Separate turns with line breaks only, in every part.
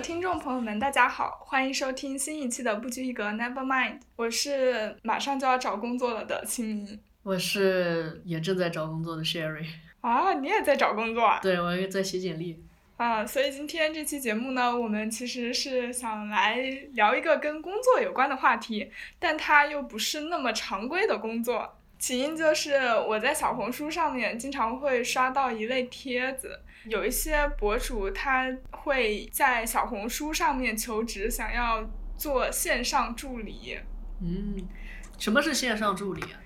听众朋友们，大家好，欢迎收听新一期的《不拘一格 Never Mind》，我是马上就要找工作了的清明。
我是也正在找工作的 Sherry，
啊，你也在找工作啊？
对我也在写简历。
啊，所以今天这期节目呢，我们其实是想来聊一个跟工作有关的话题，但它又不是那么常规的工作。起因就是我在小红书上面经常会刷到一类帖子，有一些博主他会在小红书上面求职，想要做线上助理。
嗯，什么是线上助理啊？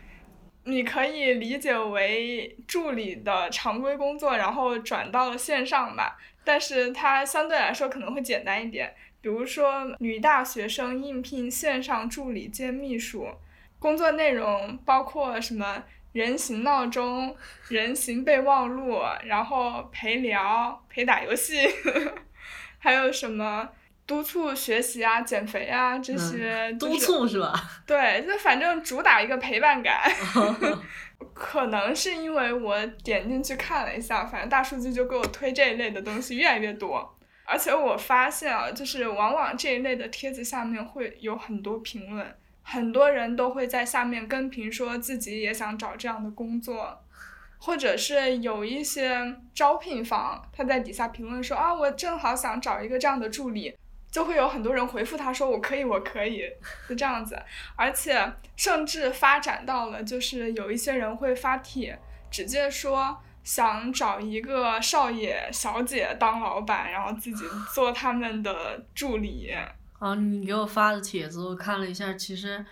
你可以理解为助理的常规工作，然后转到了线上吧，但是它相对来说可能会简单一点。比如说，女大学生应聘线上助理兼秘书，工作内容包括什么人形闹钟、人形备忘录，然后陪聊、陪打游戏， 还有什么督促学习啊、减肥啊这些、就是
嗯督促是吧？
对，就反正主打一个陪伴感。可能是因为我点进去看了一下，反正大数据就给我推这一类的东西越来越多。而且我发现啊，就是往往这一类的帖子下面会有很多评论，很多人都会在下面跟评说自己也想找这样的工作，或者是有一些招聘方他在底下评论说啊，我正好想找一个这样的助理，就会有很多人回复他说我可以，我可以，就这样子。而且甚至发展到了，就是有一些人会发帖，直接说想找一个少爷小姐当老板，然后自己做他们的助理。
啊，你给我发的帖子我看了一下，其实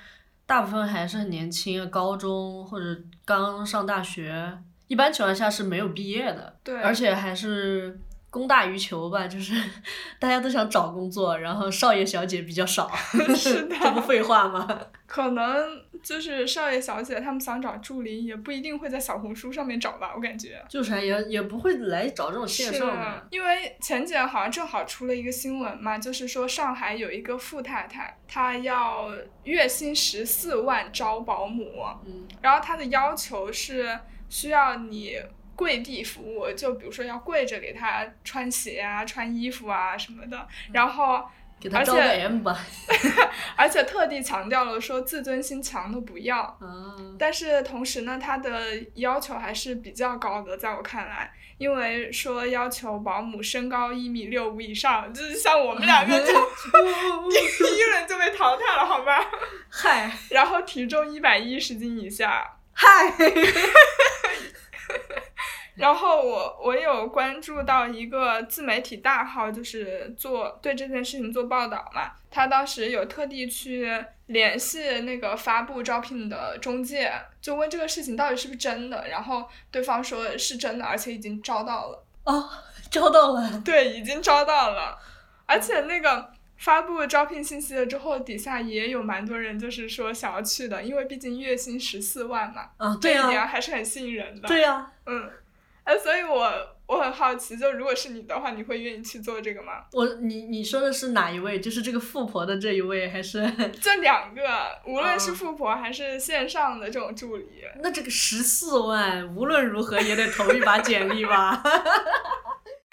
大部分还是很年轻，啊高中或者刚上大学，一般情况下是没有毕业的，
对，
而且还是供大于求吧，就是 大家都想找工作，然后少爷小姐比较少，
是的
这不废话吗？
可能就是少爷小姐他们想找助理，也不一定会在小红书上面找吧，我感觉。
就是啊也也不会来找这种线上的。
是因啊为前几天好像正好出了一个新闻嘛，就是说上海有一个富太太，她要月薪十四万招保姆，
嗯，
然后她的要求是需要你跪地服务，就比如说要跪着给她穿鞋啊、穿衣服啊什么的，然后
给他
而且
招个 M 吧。
而且特地强调了说自尊心强的不要，
啊，
但是同时呢，他的要求还是比较高的，在我看来，因为说要求保姆身高一米六五以上，就是像我们两个就第一轮就被淘汰了，好吧？
嗨
然后体重一百一十斤以下。
嗨，
然后我我有关注到一个自媒体大号，就是做对这件事情做报道嘛，他当时有特地去联系那个发布招聘的中介，就问这个事情到底是不是真的，然后对方说是真的，而且已经招到了，
哦，招到了，
对，已经招到了，而且那个。发布招聘信息了之后，底下也有蛮多人就是说想要去的，因为毕竟月薪十四万嘛，
啊，对
这一点
呀、
还是很吸引人的。
对啊呀、
嗯，哎，所以我我很好奇，就如果是你的话，你会愿意去做这个吗？
我你你说的是哪一位？就是这个富婆的这一位，还是
这两个，无论是
哦
富婆还是线上的这种助理，
那这个十四万，无论如何也得投一把简历吧。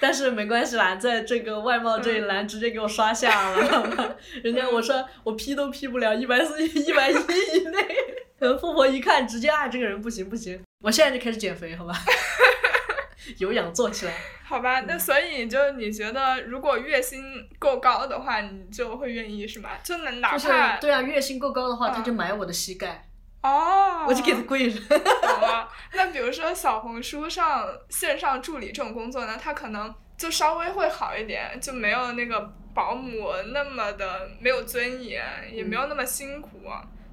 但是没关系啦，在这个外贸这一栏直接给我刷下了， 人家我说我 P 都 P 不了一百四 一百一以内， 呃富婆一看直接啊这个人不行不行，我现在就开始减肥好吧， 有氧做起来。
好
嗯
吧？那所以就你觉得，如果月薪够高的话，你就会愿意是吗？就哪哪
就是
怕、
对啊，月薪够高的话，
嗯
他就买我的膝盖，
哦，
我就给他跪着。
懂了。 那比如说小红书上线上助理这种工作呢，它可能就稍微会好一点，就没有那个保姆那么的没有尊严，也
嗯
没有那么辛苦，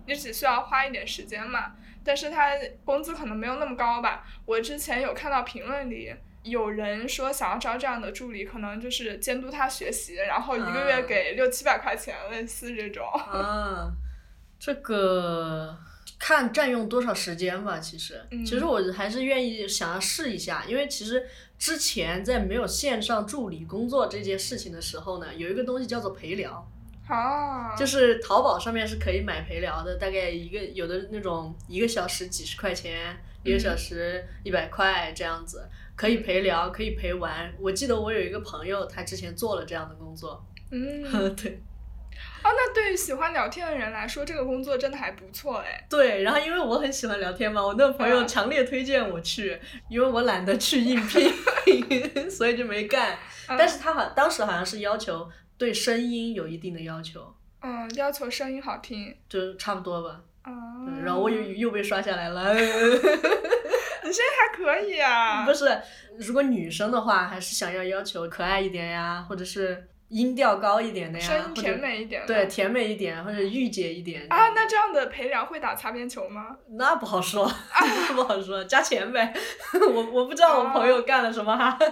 你只需要花一点时间嘛。但是它工资可能没有那么高吧。我之前有看到评论里。有人说想要招这样的助理，可能就是监督他学习，然后一个月
啊
给六七百块钱，类似这种。
啊， 这个看占用多少时间吧。其实，
嗯
其实我还是愿意想要试一下，因为其实之前在没有线上助理工作这件事情的时候呢，有一个东西叫做陪聊，
啊，
就是淘宝上面是可以买陪聊的，大概一个有的那种一个小时几十块钱，一个小
嗯
时一百块这样子，可以陪聊，可以陪玩。我记得我有一个朋友，他之前做了这样的工作，
嗯，
对
哦，那对于喜欢聊天的人来说，这个工作真的还不错哎。
对，然后因为我很喜欢聊天嘛，我那个朋友
嗯
强烈推荐我去，因为我懒得去应聘， 所以就没干。
嗯
但是他好当时好像是要求对声音有一定的要求，
嗯，要求声音好听。
就差不多吧。
啊、
对然后我又又被刷下来了。
你这还可以啊。
不是，如果女生的话，还是想要要求可爱一点呀，或者是音调高一点的呀，
声音
或者
甜美一点。
对，。甜美一点，或者御姐一点
啊，那这啊样的陪聊会打擦边球吗？
那不好说，不好说，加钱呗。 我我不知道我朋友干了什么哈。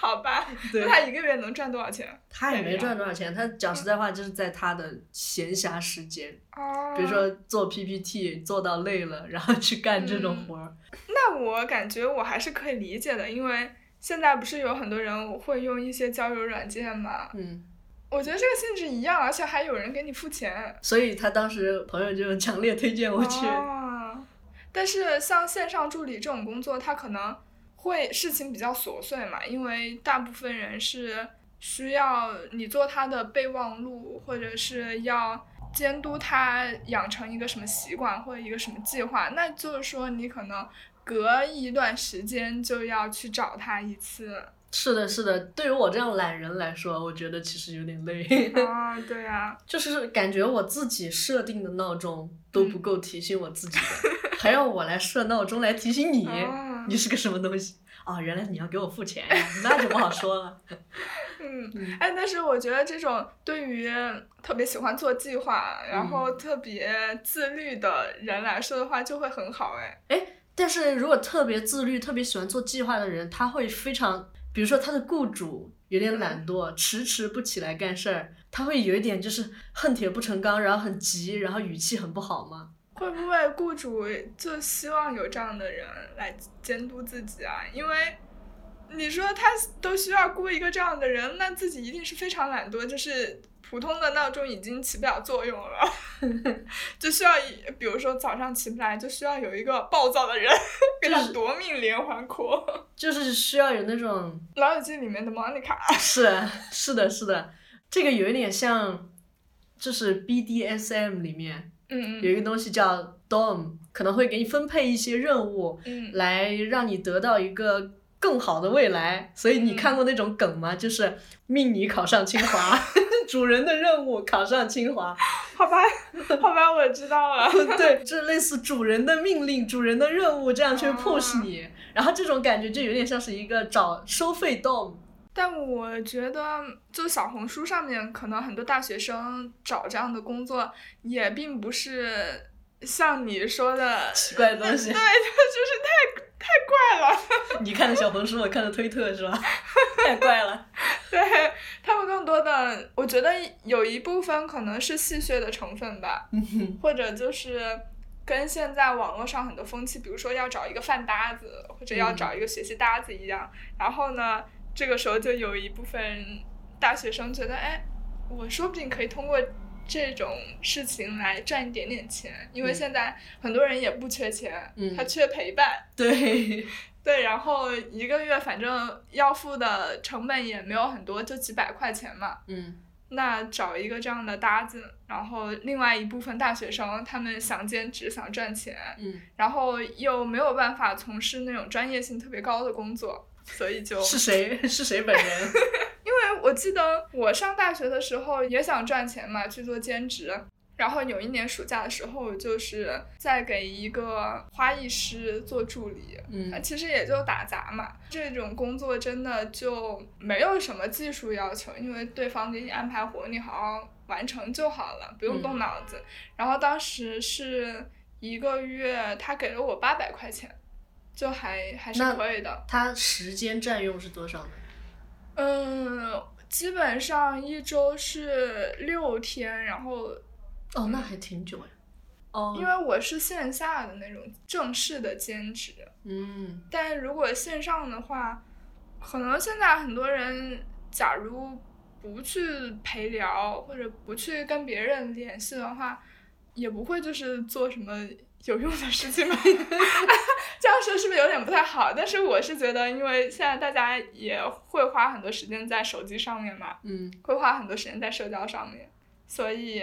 好吧，
对
啊那，他一个月能赚多少钱？
他也没赚多少钱，他讲实在话，就是在他的闲暇时间，
哦，
比如，说做 PPT 做到累了，然后去干这种
嗯
活儿。
那我感觉我还是可以理解的，因为现在不是有很多人我会用一些交友软件嘛，
嗯，
我觉得这个性质一样，而且还有人给你付钱。
所以他当时朋友就强烈推 荐我去。
哦。但是像线上助理这种工作，它可能会事情比较琐碎嘛，因为大部分人是需要你做他的备忘录，或者是要监督他养成一个什么习惯或者一个什么计划。那就是说，你可能隔一段时间就要去找他一 次。
是的，是的，对于我这样懒人来说，我觉得其实有点累，
啊、对啊，
就是感觉我自己设定的闹钟都不够提醒我自己的，还要我来设闹钟来提醒你，
哦
你是个什么东西？哦，原来你要给我付钱呀，那就不好说了。
嗯
嗯，
哎，但是我觉得这种对于特别喜欢做计划，然
嗯
后特别自律的人来说的话，就会很好哎。
但是如果特别自律、特别喜欢做计划的人，他会非常，比如说他的雇主有点懒惰，迟迟不起来干事儿，他会有一点就是恨铁不成钢，然后很急，然后语气很不好嘛。
会不会雇主就希望有这样的人来监督自己啊？因为你说他都需要雇一个这样的人，那自己一定是非常懒惰，就是普通的闹钟已经起不了作用了， 就需要一比如说早上起不来，就需要有一个暴躁的人 跟
就
他
是
夺命连环 call。
就是需要有那种
《老友记》里面的 Monica。
是是的，是的，这个有一点像，就是 BDSM 里面
嗯
有一个东西叫 DOM，可能会给你分配一些任务，
嗯，
来让你得到一个更好的未来。所以你
嗯
看过那种梗吗？就是命你考上清华， 主人的任务考上清华，
好吧，好吧，我知道 了。
对，就是类似主人的命令、主人的任务这样去
哦
push 你，然后这种感觉就有点像是一个找收费 DOM。
但我觉得，就小红书上面，可能很多大学生找这样的工作，也并不是像你说的，
奇怪的东西
对，它就是太太怪了。
你看的小红书，我看的推特是吧？ 太怪了。
对他们更多的，我觉得有一部分可能是戏谑的成分吧，
嗯
或者就是。跟现在网络上很多风气，比如说要找一个饭搭子，或者要
嗯
找一个学习搭子一样。然后呢，这个时候就有一部分大学生觉得，哎，我说不定可以通过这种事情来赚一点点钱，因为
嗯
现在很多人也不缺钱，
嗯
他缺陪伴。
对，
对，然后一个月反正要付的成本也没有很多，就几百块钱嘛。
嗯，
那找一个这样的搭子，然后另外一部分大学生他们想兼职想赚钱，
嗯，
然后又没有办法从事那种专业性特别高的工作，所以就是
谁？ 是谁本人？
因为我记得我上大学的时候也想赚钱嘛，去做兼职。然后有一年暑假的时候，就是在给一个花艺师做助理，呃
嗯
其实也就打杂嘛。这种工作真的就没有什么技术要求，因为对方给你安排活，你好好完成就好了，不用动脑子。然后当时是一个月，他给了我八百块钱，就还还是
那
可以的。
他时间占用是多少呢？
嗯，基本上一周是六天，然后
哦，那还挺久呀。哦
因为我是线下的那种正式的兼职，
嗯，
但如果线上的话，可能现在很多人假如不去陪聊或者不去跟别人联系的话，也不会就是做什么有用的事情吧。 这样说是不是有点不太好？但是我是觉得，因为现在大家也会花很多时间在手机上面嘛，
嗯，
会花很多时间在社交上面，所以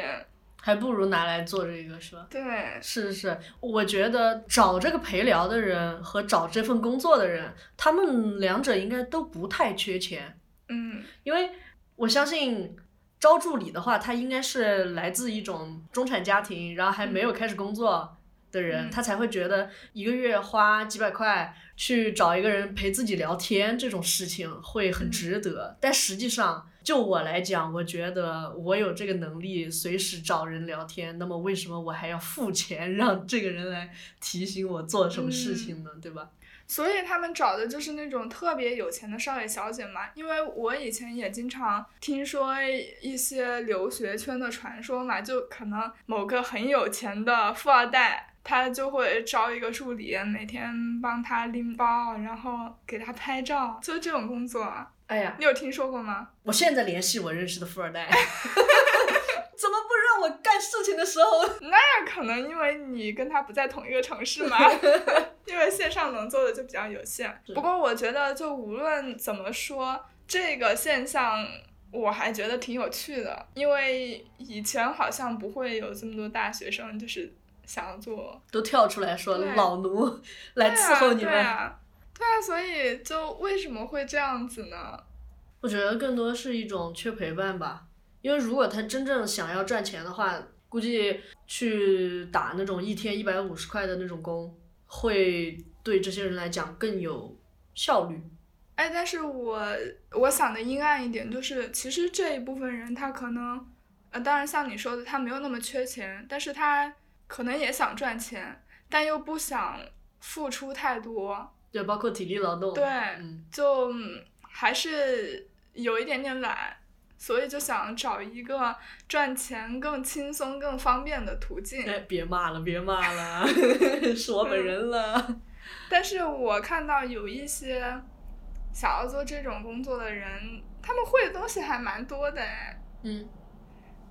还不如拿来做这个是吧？
对，
是是，我觉得找这个陪聊的人和找这份工作的人，他们两者应该都不太缺钱，
嗯
因为我相信招助理的话，他应该是来自一种中产家庭，然后还没有开始工作的人，
嗯
他才会觉得一个月花几百块去找一个人陪自己聊天这种事情会很
嗯
值得。但实际上，就我来讲，我觉得我有这个能力随时找人聊天，那么为什么我还要付钱 让这个人来提醒我做什么事情呢？对吧？
所以他们找的就是那种特别有钱的少爷小姐嘛。因为我以前也经常听说一些留学圈的传说嘛，就可能某个很有钱的富二代，他就会招一个助理，每天帮他拎包，然后给他拍照，就是这种工作啊。
哎呀，
你有听说过吗？
我现在联系我认识的富二代， 怎么不让我干事情的时候
那可能因为你跟他不在同一个城市 嘛，因为线上能做的就比较有限。
是
不过我觉得，就无论怎么说，这个现象我还觉得挺有趣的，因为以前好像不会有这么多大学生就是想要做
都跳出来说
对
老奴来
对
伺候你
啊
们。
对啊，对啊，所以就为什么会这样子呢？
我觉得更多是一种缺陪伴吧，因为如果他真正想要赚钱的话，估计去打那种一天一百五十块的那种工，会对这些人来讲更有效率。
哎，但是我我想的阴暗一点，就是其实这一部分人他可能，呃，当然像你说的，他没有那么缺钱，但是他可能也想赚钱，但又不想付出太多，
对，包括体力劳动。
对
嗯，
就嗯还是有一点点懒，所以就想找一个赚钱更轻松、更方便的途径。
哎，别骂了，别骂了， 是我本人了。
但是我看到有一些想要做这种工作的人，他们会的东西还蛮多的哎。
嗯，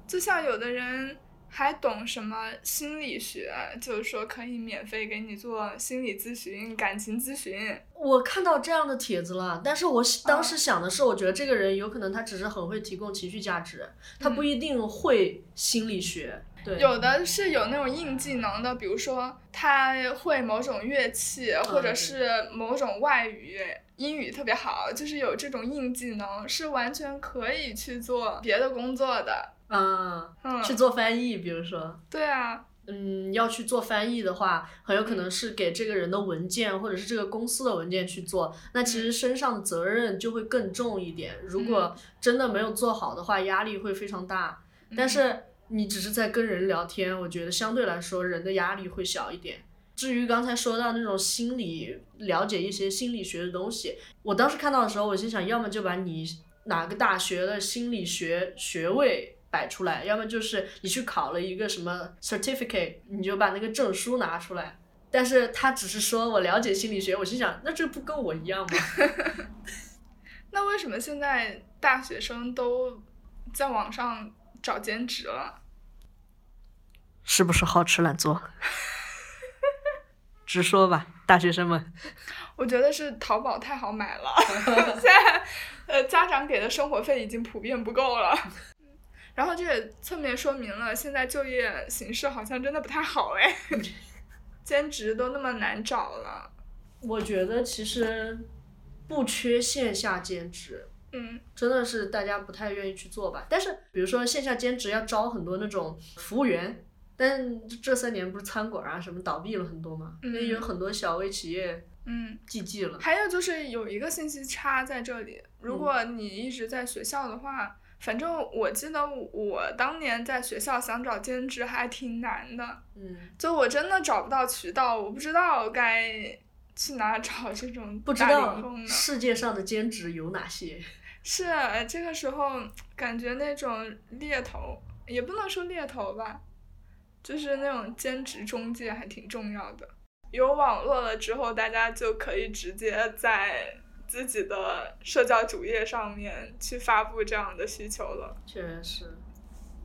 就像有的人还懂什么心理学，就是说可以免费给你做心理咨询、感情咨询。
我看到这样的帖子了，但是我当时想的是，我觉得这个人有可能他只是很会提供情绪价值，他不一定会心理学。对，
有的是有那种硬技能的，比如说他会某种乐器，
嗯
或者是某种外语。英语特别好，就是有这种硬技能，是完全可以去做别的工作的。
啊，
嗯，
去做翻译，比如说，
对啊，
嗯，要去做翻译的话，很有可能是给这个人的文件或者是这个公司的文件去做，那其实身上责任就会更重一点。如果真的没有做好的话，压力会非常大。
嗯
但是你只是在跟人聊天，我觉得相对来说人的压力会小一点。至于刚才说到那种心理了解一些心理学的东西，我当时看到的时候，我心想，要么就把你哪个大学的心理学学位摆出来，要么就是你去考了一个什么 certificate，你就把那个证书拿出来。但是他只是说我了解心理学，我心想，那这不跟我一样吗？
那为什么现在大学生都在网上找兼职了？
是不是好吃懒做？ 直说吧，大学生们。
我觉得是淘宝太好买了，现在呃家长给的生活费已经普遍不够了。 然后这也侧面说明了现在就业形势好像真的不太好哎，兼职都那么难找了。
我觉得其实不缺线下兼职，
嗯
真的是大家不太愿意去做吧。但是比如说线下兼职要招很多那种服务员，但这三年不是餐馆啊什么倒闭了很多嘛，
嗯
那有很多小微企业
嗯，
寂寂了。
还有就是有一个信息差在这里，如果你一直在学校的话，反正我记得我当年在学校想找兼职还挺难的，
嗯，
就我真的找不到渠道，我不知道该去哪找这种
不知
打零
道
工呢。
世界上的兼职有哪些。
是这个时候感觉那种猎头，也不能说猎头吧，就是那种兼职中介还挺重要的。有网络了之后，大家就可以直接在自己的社交主页上面去发布这样的需求了。
确实是，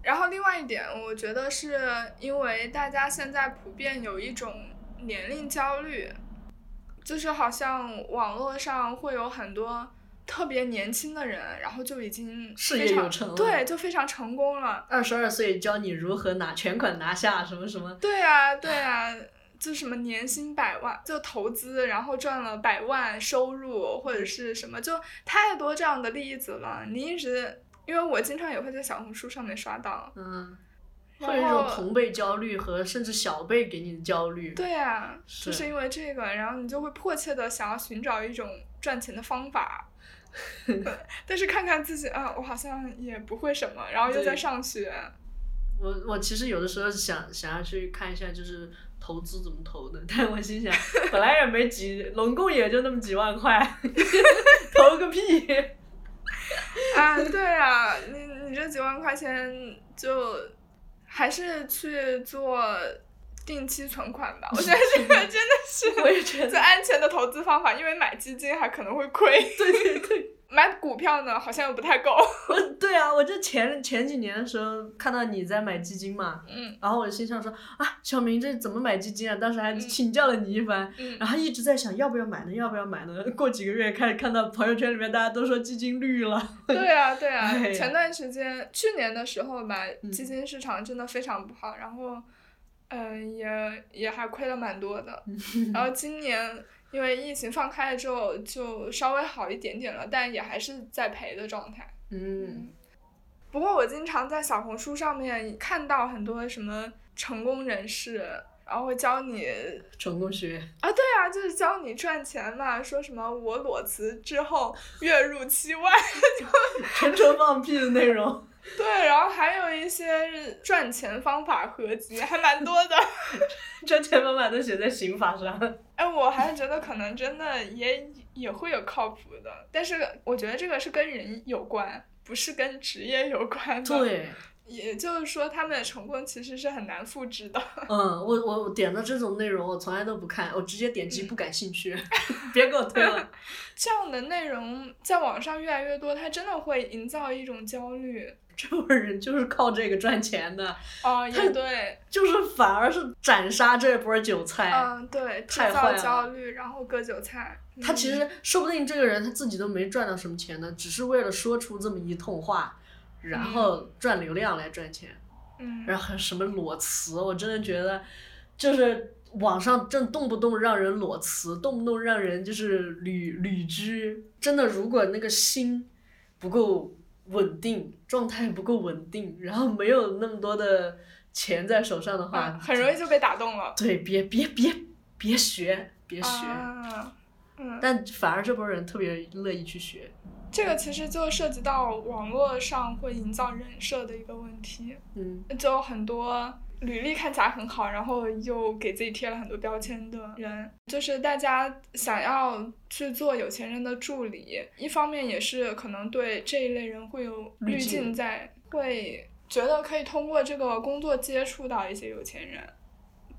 然后另外一点，我觉得是因为大家现在普遍有一种年龄焦虑，就是好像网络上会有很多特别年轻的人，然后就已经
事
非
业
常
有成了
对，就非常成功了。
二十二岁教你如何拿全款拿下什么什么，
对啊，对啊，就什么年薪百万，就投资，然后赚了百万收入或者是什么，就太多这样的例子了。你一直，因为我经常也会在小红书上面刷到，
嗯，会有一
然
种
后
同辈焦虑和甚至小辈给你的焦虑，
对啊，就是是因为这个，然后你就会迫切的想要寻找一种赚钱的方 法。但是看看自己啊，我好像也不会什么，然后又
对
在上学，
我我其实有的时候想想要去看一下，就是投资怎么投的， 但我心想，本来也没几，拢共也就那么几万块， 投个屁！
啊，对啊，你你这几万块钱就还是去做定期存款吧。我觉得这个真的
我
是
也觉
最
得，
安全的投资方法，因为买基金还可能会亏，
对对对，
买股票呢好像又不太够。
我对啊，我就前前几年的时候看到你在买基金嘛，
嗯
然后我心想说啊，小明这怎么买基金啊？当时还
嗯
请教了你一番，
嗯
然后一直在想要不要买呢，要不要买呢？过几个月看看到朋友圈里面大家都说基金绿了，嗯
对啊，对啊，
哎呀
前段时间去年的时候吧
嗯，
基金市场真的非常不好，然后，嗯、也也还亏了蛮多 的。然后今年因为疫情放开了之后，就稍微好一点点了，但也还是在赔的状态。
嗯，
不过我经常在小红书上面看到很多什么成功人士，然后会教你
成功学，
啊，对啊，就是教你赚钱嘛，说什么我裸辞之后月入七万。
全程放屁的内容。
对，然后还有一些赚钱方法合集，还蛮多的。
赚钱方法都写在刑法上。
哎，我还是觉得可能真的也也会有靠谱的，但是我觉得这个是跟人有关，不是跟职业有关的。，
对，
也就是说，他们的成功其实是很难复制的。
嗯，我我我点的这种内容我从来都不看，我直接点击不感兴趣， 别给我推了。
这样的内容在网上越来越多，它真的会营造一种焦虑。
这种人就是靠这个赚钱的，
哦，也对，
就是反而是斩杀这波韭菜。
嗯，对，制
哎太坏
造
了
焦虑，然后割韭菜。
他其
嗯
实说不定这个人他自己都没赚到什么钱呢，只是为了说出这么一通话，然后赚流量来赚钱。
嗯，
然后还有什么裸辞，我真的觉得，就是网上正动不动让人裸辞，动不动让人就是旅旅居，真的如果那个心不够稳定，状态不够稳定，然后没有那么多的钱在手上的话，
啊，很容易就被打动了。
对，别别别别学，别学。
啊，嗯。
但反而这波人特别乐意去学，嗯
这个其实就涉及到网络上会营造人设的一个问题，
嗯，
就很多履历看起来很好，然后又给自己贴了很多标签的人，就是大家想要去做有钱人的助理，一方面也是可能对这一类人会有
滤
滤
镜
镜在，会觉得可以通过这个工作接触到一些有钱人。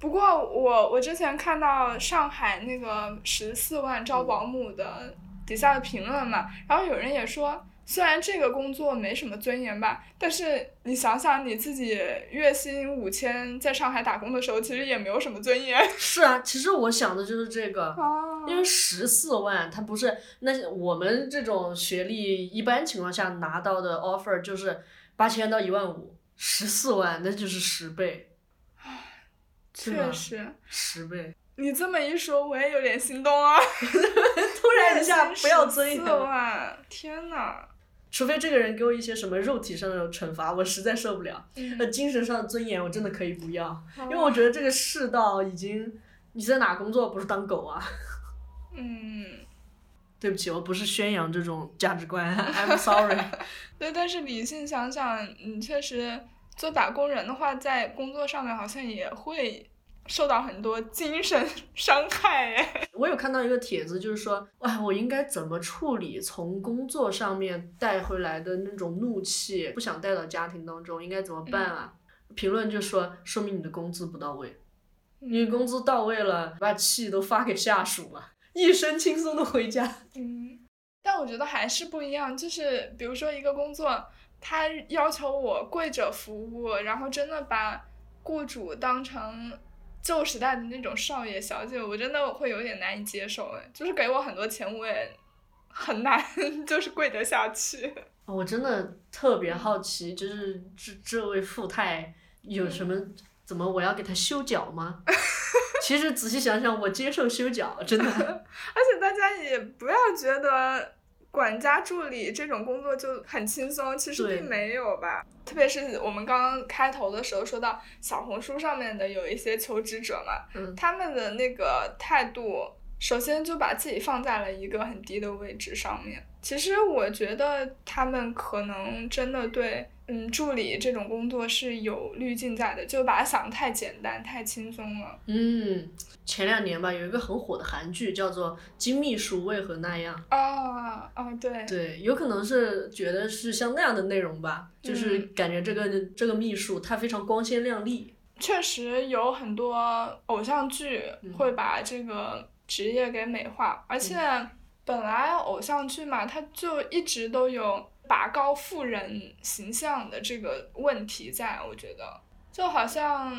不过我我之前看到上海那个十四万
嗯
招保姆的底下的评论嘛，然后有人也说，虽然这个工作没什么尊严吧，但是你想想你自己月薪五千在上海打工的时候，其实也没有什么尊严。
是啊，其实我想的就是这个。
哦
因为十四万，他不是那我们这种学历，一般情况下拿到的 offer 就是八千到一万五，十四万那就是十倍，对吧
确实，
十倍。
你这么一说，我也有点心动啊！
突然一下不要尊严
四
了，
万，天 哪！
除非这个人给我一些什么肉体上的惩罚，我实在受不了。那
嗯，
精神上的尊严我真的可以不要，
因
呃因为我觉得这个世道已经，你在哪工作不是当狗啊？
嗯，
对不起，我不是宣扬这种价值观 ，I'm sorry。
对，但是理性想想，嗯，确实做打工人的话，在工作上面好像也会受到很多精神 伤害。哎，
我有看到一个帖子，就是说，哇，我应该怎么处理从工作上面带回来的那种怒气，不想带到家庭当中，应该怎么办啊？评论就说，说明你的工资不到位，你工资到位了，把气都发给下属了，一身轻松的回家。
嗯，但我觉得还是不一样，就是比如说一个工作，他要求我跪着服务，然后真的把雇主当成旧时代的那种少爷小姐，我真的我会有点难以接受哎，就是给我很多钱我也很难 就是跪得下去。
哦我真的特别好奇，就是这这位富太有什么？怎么我要给他修脚吗？ 其实仔细想想，我接受修脚，真的。
而且大家也不要觉得管家助理这种工作就很轻松，其实
对
并没有吧。特别是我们刚刚开头的时候说到小红书上面的有一些求职者嘛，
嗯，
他们的那个态度，首先就把自己放在了一个很低的位置上面。其实我觉得他们可能真的对，嗯，助理这种工作是有滤镜在的，就把它想得太简单、太轻松了。
嗯，前两年吧，有一个很火的韩剧叫做《金秘书为何那样》。
啊啊，对，
对，有可能是觉得是像那样的内容吧，就是
嗯
感觉这个这个秘书她非常光鲜亮丽。
确实有很多偶像剧
嗯
会把这个职业给美化，而且本来偶像剧嘛，它就一直都有拔高富人形象的这个问题在，我觉得就好像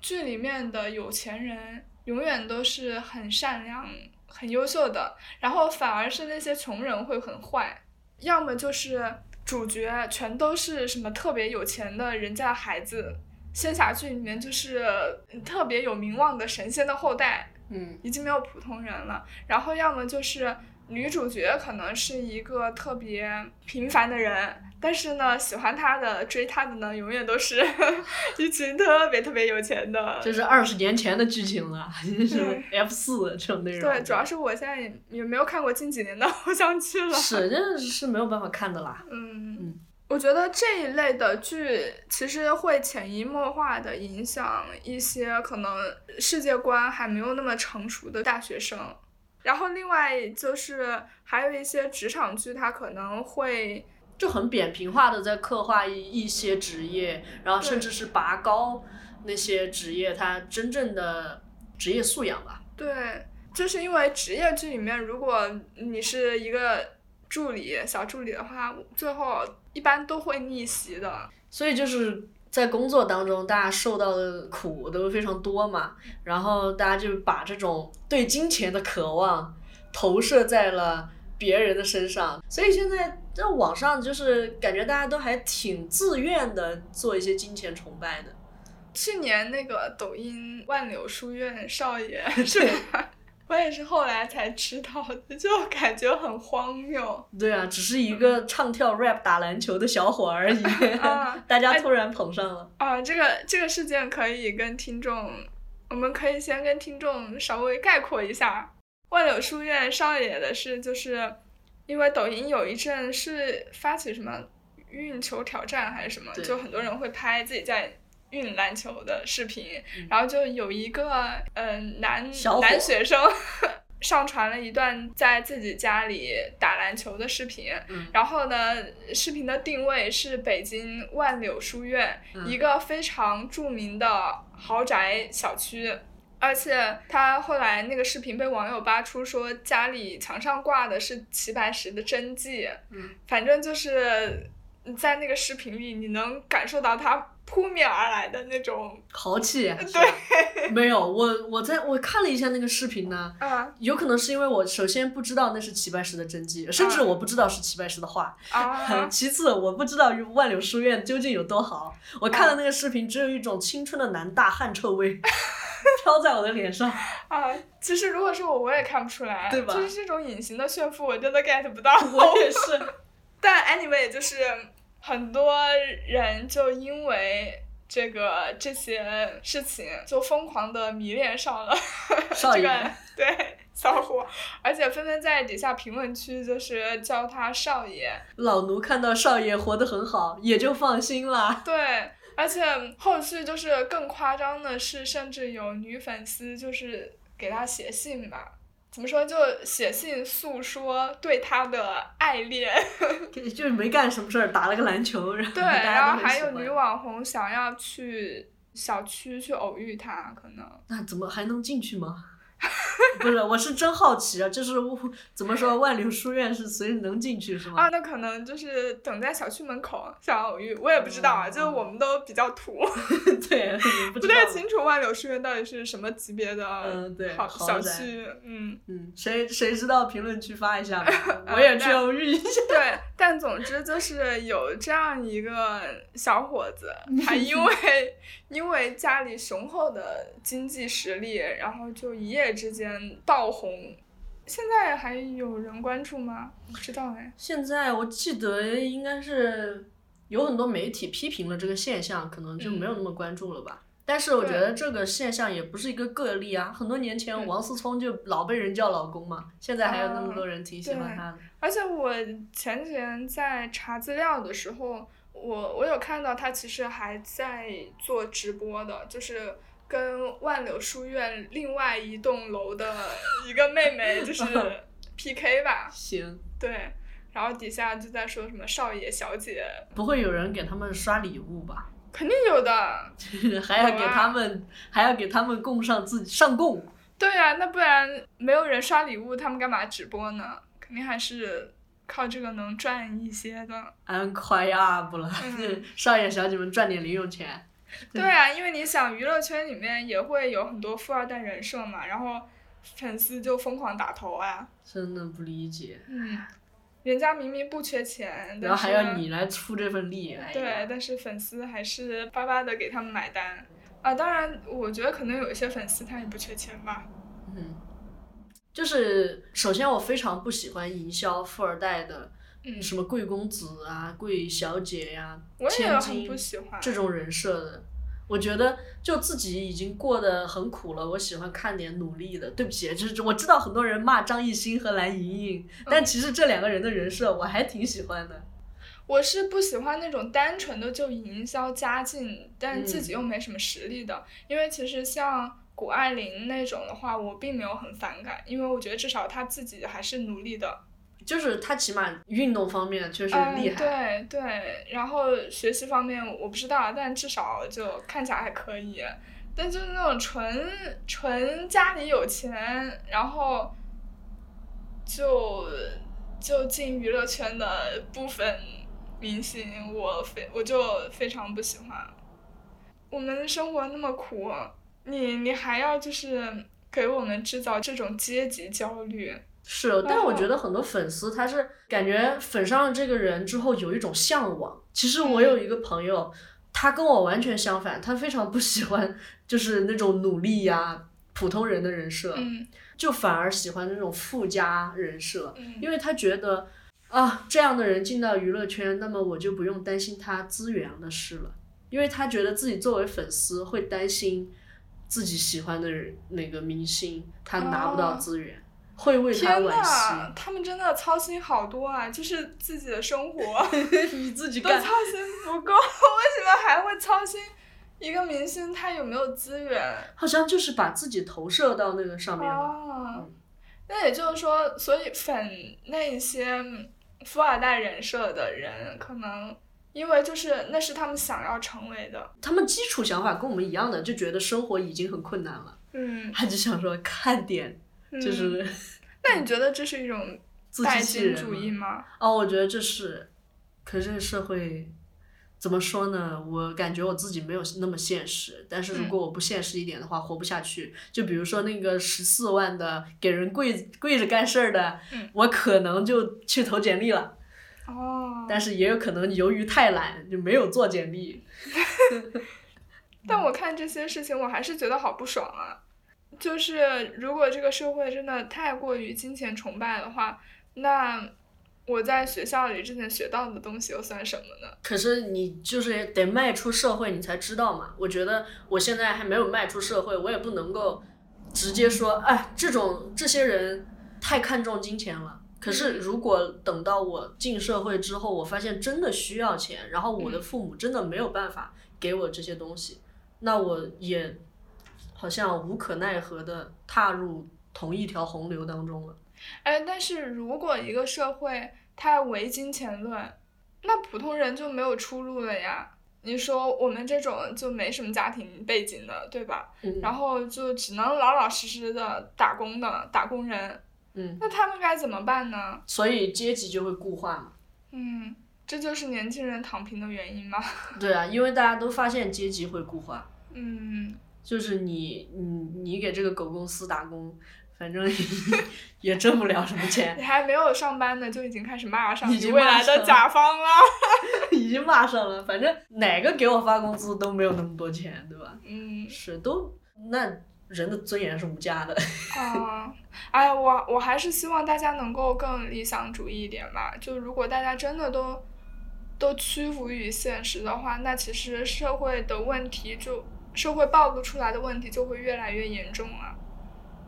剧里面的有钱人永远都是很善良、很优秀的，然后反而是那些穷人会很坏，要么就是主角全都是什么特别有钱的人家孩子，仙侠剧里面就是特别有名望的神仙的后代，
嗯
已经没有普通人了。然后要么就是女主角可能是一个特别平凡的人，但是呢，喜欢她的、追她的呢，永远都是 一群特别特别有钱的。
这是二十年前的剧情了，就是
对
F 四这种内容。
嗯对，主要是我现在也也没有看过近几年的偶像剧了。
是这是没有办法看的啦。
嗯
嗯，
我觉得这一类的剧其实会潜移默化的影响一些可能世界观还没有那么成熟的大学生。然后另外就是还有一些职场剧，它可能会
就很扁平化的在刻画一一些职业，然后甚
对
至是拔高那些职业它真正的职业素养吧。
对，就是因为职业剧里面，如果你是一个助理、小助理的话，最后一般都会逆袭的。
所以就是在工作当中，大家受到的苦都非常多嘛，然后大家就把这种对金钱的渴望投射在了别人的身上，所以现在在网上就是感觉大家都还挺自愿的做一些金钱崇拜的。
去年那个抖音万柳书院少爷是
对
吧？我也是后来才知道的，就感觉很荒谬。
对啊，只是一个唱跳 rap 打篮球的小伙而已，
啊
大家突然捧上了。
啊，这个这个事件可以跟听众，我们可以先跟听众稍微概括一下万柳书院少爷的事，就是因为抖音有一阵是发起什么运球挑战还是什么，
对
就很多人会拍自己在。运篮球的视频，
嗯
然后就有一个呃男
小伙
男学生 上传了一段在自己家里打篮球的视频，
嗯
然后呢，视频的定位是北京万柳书院，
嗯
一个非常著名的豪宅小区。而且他后来那个视频被网友扒出，说家里墙上挂的是齐白石的真迹。
嗯，
反正就是在那个视频里，你能感受到他扑面而来的那种，
豪气、啊，对，没有我，我在我看了一下那个视频呢，
啊
有可能是因为我首先不知道那是齐白石的真迹，甚至我不知道是齐白石的画。，
啊
其次，我不知道万柳书院究竟有多好。我
啊
看了那个视频，只有一种青春的男大汗臭味 飘在我的脸上。
啊，其实如果是我，我也看不出来，
对吧
就是这种隐形的炫富，我真的 get 不到。
我也是，
但 anyway，就是很多人就因为这个这些事情，就疯狂的迷恋上了
少
这
爷
个 对小伙，而且纷纷在底下评论区就是叫他少爷。
老奴看到少爷活得很好，也就放心了。
对，而且后续就是更夸张的是，甚至有女粉丝就是给他写信吧。怎么说？就写信诉说对他的爱恋，
就是没干什么事儿，打了个篮球，然后
对，
嗯大家
然
都
后
很
还
喜
有
欢
女网红想要去小区去偶遇他，可能
那怎么还能进去吗？ 不是，我是真好奇啊，就是我怎么说，万柳书院是随时能进去是吗？
啊，那可能就是等在小区门口想偶遇，我也不知道啊，
嗯
就是我们都比较土，
对，也不
不
知
太
道。
清楚万柳书院到底是什么级别的
嗯对
好
豪
小
宅
区，嗯，
嗯，谁谁知道？评论区发一下 吧，我也去
那
偶遇一下。
对。但总之就是有这样一个小伙子，他因为因为家里雄厚的经济实力，然后就一夜之间爆红。现在还有人关注吗？不知道哎。
现在我记得应该是有很多媒体批评了这个现象，可能就没有那么关注了吧。但是我觉得这个现象也不是一个个例啊，很多年前
对
王思聪就老被人叫老公嘛，现在还有那么
啊
多人挺喜
对
欢他的。
而且我前几天在查资料的时候，我我有看到他其实还在做直播的，就是跟万柳书院另外一栋楼的一个妹妹就是 PK 吧，
行，
对，然后底下就在说什么少爷小姐，
不会有人给他们刷礼物吧？
肯定有的，
还要
有
给
啊
他们，还要给他们供上自己上供。
对呀、那不然没有人刷礼物，他们干嘛直播呢？肯定还是靠这个能赚一些的。
俺快呀不了，
嗯
少爷小姐们赚点零用钱。
对啊，因为你想娱乐圈里面也会有很多富二代人设嘛，然后粉丝就疯狂打头啊，
真的不理解，
嗯，人家明明不缺钱，
然后
但
还
是
要你来出这份力，哎呀
对，但是粉丝还是巴巴的给他们买单啊。当然，我觉得可能有一些粉丝他也不缺钱吧，
嗯，就是首先我非常不喜欢营销富二代的
嗯，
什么贵公子啊、贵小姐呀、
我也
千
很
金
不喜欢，
这种人设的。我觉得就自己已经过得很苦了，我喜欢看点努力的。对不起，就是我知道很多人骂张艺兴和蓝盈莹，
嗯
但其实这两个人的人设我还挺喜欢的。
我是不喜欢那种单纯的就营销家境，但
嗯
自己又没什么实力的。因为其实像谷爱凌那种的话，我并没有很反感，因为我觉得至少她自己还是努力的。
就是他起码运动方面确实
嗯，
厉害，
对对。然后学习方面我不知道，但至少就看起来还可以。但就是那种纯纯家里有钱，然后就就进娱乐圈的部分明星，我非我就非常不喜欢。我们生活那么苦，你你还要就是给我们制造这种阶级焦虑，
是，但
然
我
后
觉得很多粉丝他是感觉粉上了这个人之后有一种向往。其实我有一个朋友，他跟我完全相反，他非常不喜欢就是那种努力呀、普通人的人设，
嗯
就反而喜欢那种富家人设，
嗯
因为他觉得啊这样的人进到娱乐圈，那么我就不用担心他资源的事了，因为他觉得自己作为粉丝会担心自己喜欢的人那个明星他拿不到
哦
资源。会为他
天
惋惜，
呐，他们真的操心好多啊！就是自己的生 活
你自己
都
干
操。心不够， 为什么还会操心一个明星他有没有资源
好像就是把自己投射到那个上面了。
啊
嗯？
那也就是说，所以粉那些富二代人设的人，可能因为就是那是他们想要成为的，
他们基础想法跟我们一样的，就觉得生活已经很困难了，
嗯，
他就想说看点，就
嗯。
是
那你觉得这是一种
自
拜
欺欺
金主义
人嘛。
吗？
哦，我觉得这是，可是这个社会怎么说呢？我感觉我自己没有那么现实，但是如
嗯
果我不现实一点的话，活不下去。就比如说那个十四万的给人跪跪着干事儿的，
嗯
我可能就去投简历了，
哦，
但是也有可能由于太懒就没有做简历。
但我看这些事情，我还是觉得好不爽啊！就是如果这个社会真的太过于金钱崇拜的话，那我在学校里之前学到的东西又算什么呢？
可是你就是得迈出社会，你才知道嘛。我觉得我现在还没有迈出社会，我也不能够直接说，哎，这种这些人太看重金钱了。可是如果等到我进社会之后，我发现真的需要钱，然后我
嗯
的父母真的没有办法给我这些东西，那我也好像无可奈何的踏入同一条洪流当中了。
哎，但是如果一个社会它唯金钱论，那普通人就没有出路了呀。你说我们这种就没什么家庭背景的，对吧？
嗯
然后就只能老老实实的打工的打工人，
嗯，
那他们该怎么办呢？
所以阶级就会固化嘛。
嗯，这就是年轻人躺平的原因吗？
对啊，因为大家都发现阶级会固化，
嗯，
就是你你你给这个狗公司打工，反正 也挣不了什么钱，
你还没有上班呢，就已经开始骂上
已
你
经
未
骂
来
上
的
了
甲方 了。
已经骂上了。反正哪个给我发工资都没有那么多钱，对吧？
嗯
是都那人的尊严是无价的。
啊，哎呀，我我还是希望大家能够更理想主义一点吧。就如果大家真的都都屈服于现实的话，那其实社会的问题就社会暴露出来的问题就会越来越严重了，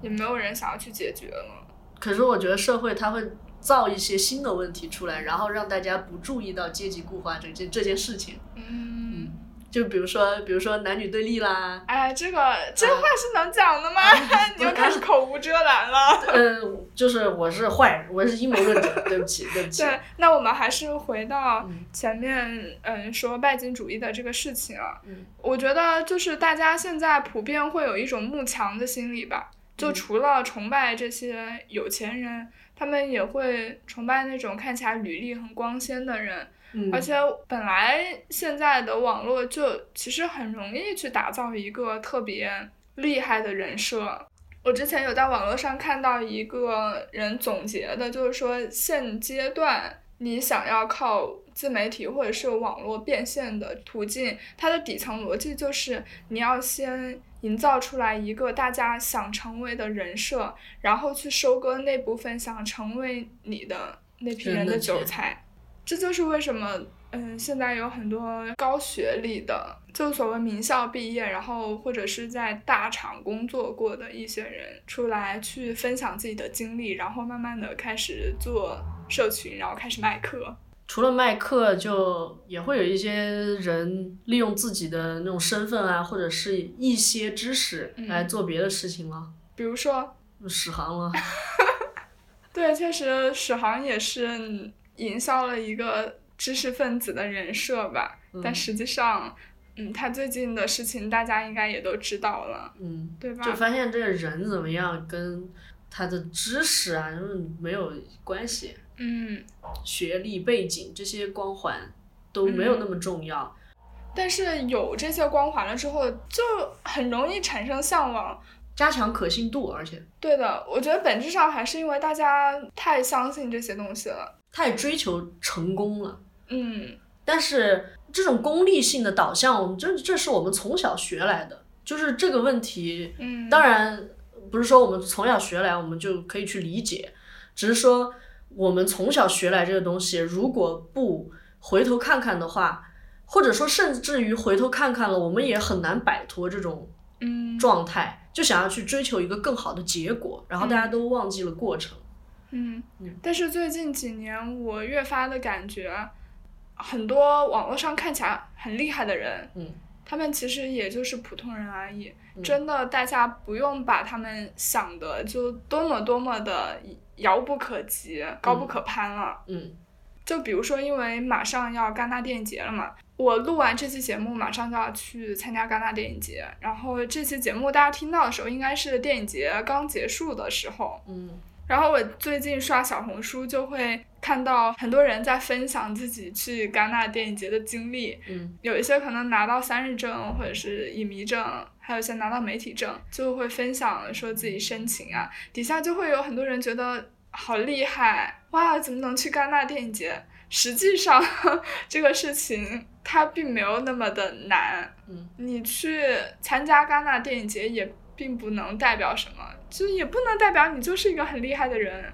也没有人想要去解决了。
可是我觉得社会它会造一些新的问题出来，然后让大家不注意到阶级固化这件这件事情。
嗯，
就比如说，比如说男女对立啦，
哎，这个
嗯
这话是能讲的吗？ 你又
不
开始口无遮拦 了。
呃，就是我是坏人，我是阴谋论者，对不起，对不起。
对，那我们还是回到
嗯
前面，嗯，说拜金主义的这个事情啊。
嗯
我觉得就是大家现在普遍会有一种慕强的心理吧，就
嗯
除了崇拜这些有钱人，他们也会崇拜那种看起来履历很光鲜的人，
嗯，
而且本来现在的网络就其实很容易去打造一个特别厉害的人设。我之前有在网络上看到一个人总结的，就是说现阶段你想要靠自媒体或者是网络变现的途径，它的底层逻辑就是你要先营造出来一个大家想成为的人设，然后去收割那部分想成为你的那批人
人
的
的
韭
钱
菜。这就是为什么，嗯，现在有很多高学历的，就所谓名校毕业，然后或者是在大厂工作过的一些人，出来去分享自己的经历，然后慢慢的开始做社群，然后开始卖课。
除了卖课，就也会有一些人利用自己的那种身份啊，或者是一些知识
嗯
来做别的事情了，
比如说，
史航了。
对，确实史航也是营销了一个知识分子的人设吧，但
嗯
实际上，嗯，他最近的事情大家应该也都知道了，
嗯，
对吧？
就发现这个人怎么样，跟他的知识啊，就是没有关系。
嗯。
学历背景这些光环都没
嗯
有那么重要。
但是有这些光环了之后，就很容易产生向往。
加强可信度，而且
对的，我觉得本质上还是因为大家太相信这些东西了。
太追求成功了。
嗯
但是这种功利性的导向，我们这这是我们从小学来的，就是这个问题。
嗯，
当然不是说我们从小学来，我们就可以去理解，只是说我们从小学来这个东西，如果不回头看看的话，或者说甚至于回头看看了，我们也很难摆脱这种
嗯
状态，就想要去追求一个更好的结果，然后大家都忘记了过程。
嗯
嗯，
但是最近几年，我越发的感觉，很多网络上看起来很厉害的人，
嗯，
他们其实也就是普通人而已。
嗯
真的，大家不用把他们想的就多么多么的遥不可及、高不可攀了。
嗯
就比如说，因为马上要戛纳电影节了嘛，我录完这期节目，马上就要去参加戛纳电影节。然后这期节目大家听到的时候，应该是电影节刚结束的时候。
嗯
然后我最近刷小红书，就会看到很多人在分享自己去戛纳电影节的经历，
嗯
有一些可能拿到三日证或者是影迷证，还有一些拿到媒体证，就会分享说自己申请啊，底下就会有很多人觉得好厉害哇，怎么能去戛纳电影节？实际上这个事情它并没有那么的难，
嗯，
你去参加戛纳电影节也并不能代表什么，就也不能代表你就是一个很厉害的人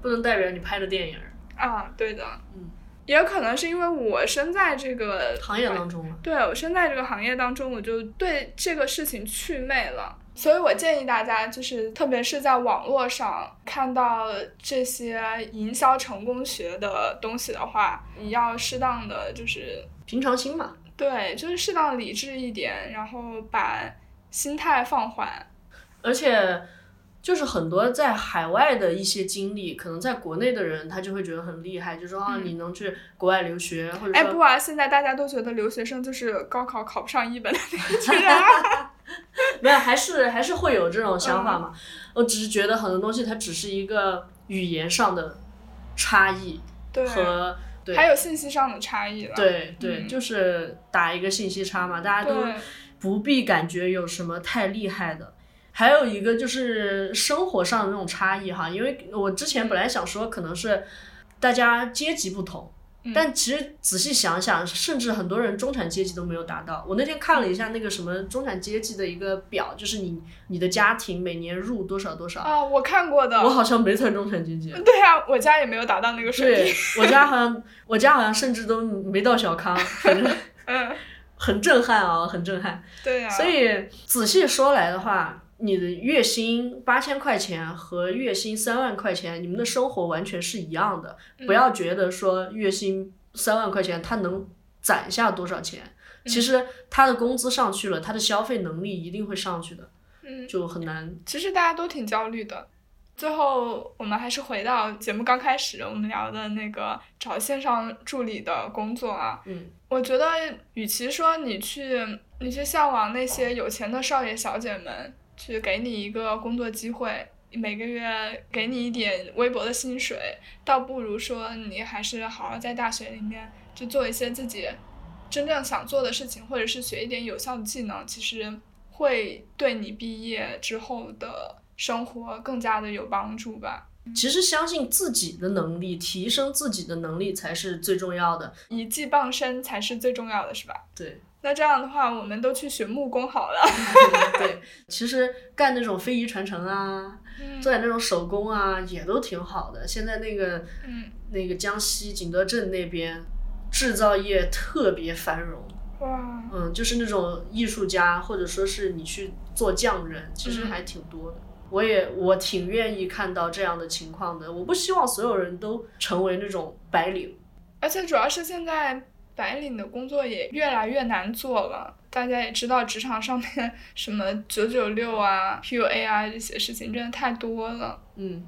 不能代表你拍的电影儿
啊，对的，
嗯，
也有可能是因为我身在这个
行业当中了。
对我身在这个行业当中，我就对这个事情祛魅了。所以我建议大家，就是特别是在网络上看到这些营销成功学的东西的话，你要适当的就是
平常心嘛。
对，就是适当理智一点，然后把心态放缓。
而且就是很多在海外的一些经历，可能在国内的人他就会觉得很厉害，就说啊，
嗯
你能去国外留学，或者
哎
说
不啊，现在大家都觉得留学生就是高考考不上一本的那一群人啊，
没有，还是还是会有这种
嗯
想法嘛。我只是觉得很多东西它只是一个语言上的差异
对，
和对
还有信息上的差异了。
对对，
嗯
就是打一个信息差嘛，大家都
对
不必感觉有什么太厉害的。还有一个就是生活上的那种差异哈，因为我之前本来想说可能是大家阶级不同，
嗯
但其实仔细想想，甚至很多人中产阶级都没有达到。我那天看了一下那个什么中产阶级的一个表，就是你你的家庭每年入多少多少，
啊，我看过的
我。好像没算中产阶级。
对啊，我家也没有达到那个水
对
平。
我家好像我家好像甚至都没到小康，反正
嗯，
很震撼啊，很震撼。
对啊。
所以仔细说来的话，你的月薪八千块钱和月薪三万块钱，你们的生活完全是一样的。
嗯
不要觉得说月薪三万块钱他能攒下多少钱，
嗯
其实他的工资上去了，他的消费能力一定会上去的，
嗯，
就很难。
其实大家都挺焦虑的。最后，我们还是回到节目刚开始我们聊的那个找线上助理的工作啊。
嗯
我觉得，与其说你去你去向往那些有钱的少爷小姐们，去给你一个工作机会，每个月给你一点微薄的薪水，倒不如说你还是好好在大学里面就做一些自己真正想做的事情，或者是学一点有效的技能，其实会对你毕业之后的生活更加的有帮助吧。
其实相信自己的能力，提升自己的能力才是最重要的。
一技傍身才是最重要的，是吧？
对。
那这样的话，我们都去学木工好了。
对，其实干那种非遗传承啊，
嗯
做点那种手工啊，也都挺好的。现在那个
嗯，
那个江西景德镇那边制造业特别繁荣，
哇，
嗯，就是那种艺术家或者说是你去做匠人，其实
嗯
还挺多的。我也我挺愿意看到这样的情况的。我不希望所有人都成为那种白领，
而且主要是现在白领的工作也越来越难做了。大家也知道，职场上面什么九九六啊、PUA 啊这些事情真的太多了。
嗯。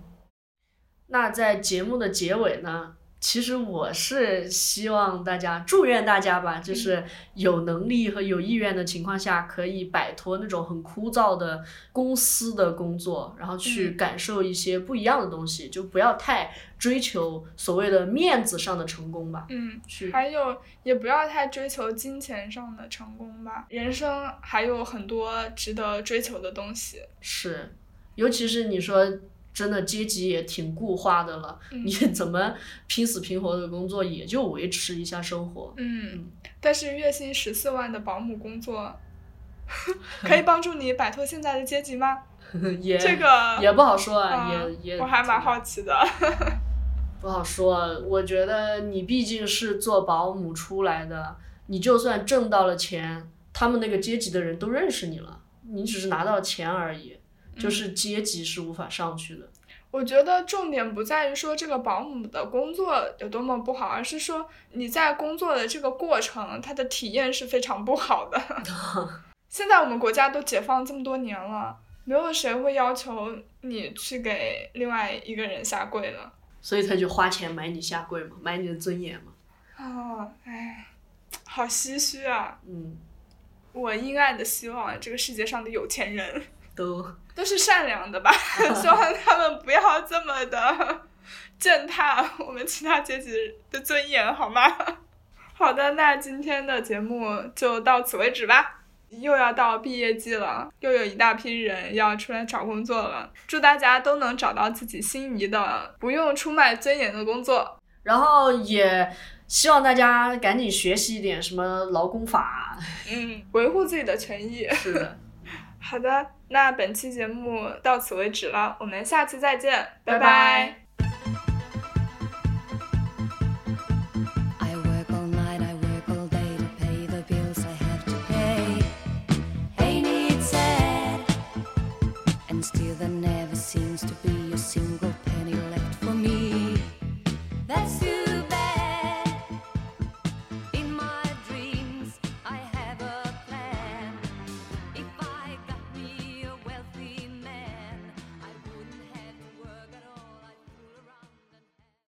那在节目的结尾呢，其实我是希望大家祝愿大家
嗯
吧，就是有能力和有意愿的情况下，可以摆脱那种很枯燥的公司的工作，然后去
嗯
感受一些不一样的东西，就不要太追求所谓的面子上的成功吧。
嗯，
去
还有也不要太追求金钱上的成功吧，人生还有很多值得追求的东西。
是，尤其是你说真的阶级也挺固化的了，
嗯
你怎么拼死拼活的工作，也就维持一下 生活。
嗯，但是月薪十四万的保姆工 作，可以帮助你摆脱现在的阶级吗？
也
这个
也不好说啊，
啊
也也
我还蛮好奇的。
不好说啊。我觉得你毕竟是做保姆出来的，你就算挣到了钱，他们那个阶级的人都认识你了，你只是拿到钱而已，就
嗯
是阶级是无法上去的。
我觉得重点不在于说这个保姆的工作有多么不好，而是说你在工作的这个过程，它的体验是非常不好的。现在我们国家都解放这么多年了，没有谁会要求你去给另外一个人下跪了。
所以他就花钱买你下跪嘛，买你的尊严嘛。
啊，哎，好唏嘘啊！
嗯，
我阴暗的希望这个世界上的有钱人
都
都是善良 的吧，希望他们不要这么的 践踏我们其他阶级的尊严，好吗？ 好的，那今天的节目就到此为止吧。又要到毕业季了，又有一大批人要出来找工作了。祝大家都能找到自己心仪的，不用出卖尊严的工作。
然后也希望大家赶紧学习一点什么劳工法。啊
嗯，维护自己的权益。
是的，
好的，那本期节目到此为止了，我们下期再见，拜
拜拜。
I work all night, I work all day to pay the bills I have to pay. Ain't it sad? And still there never seems to be a single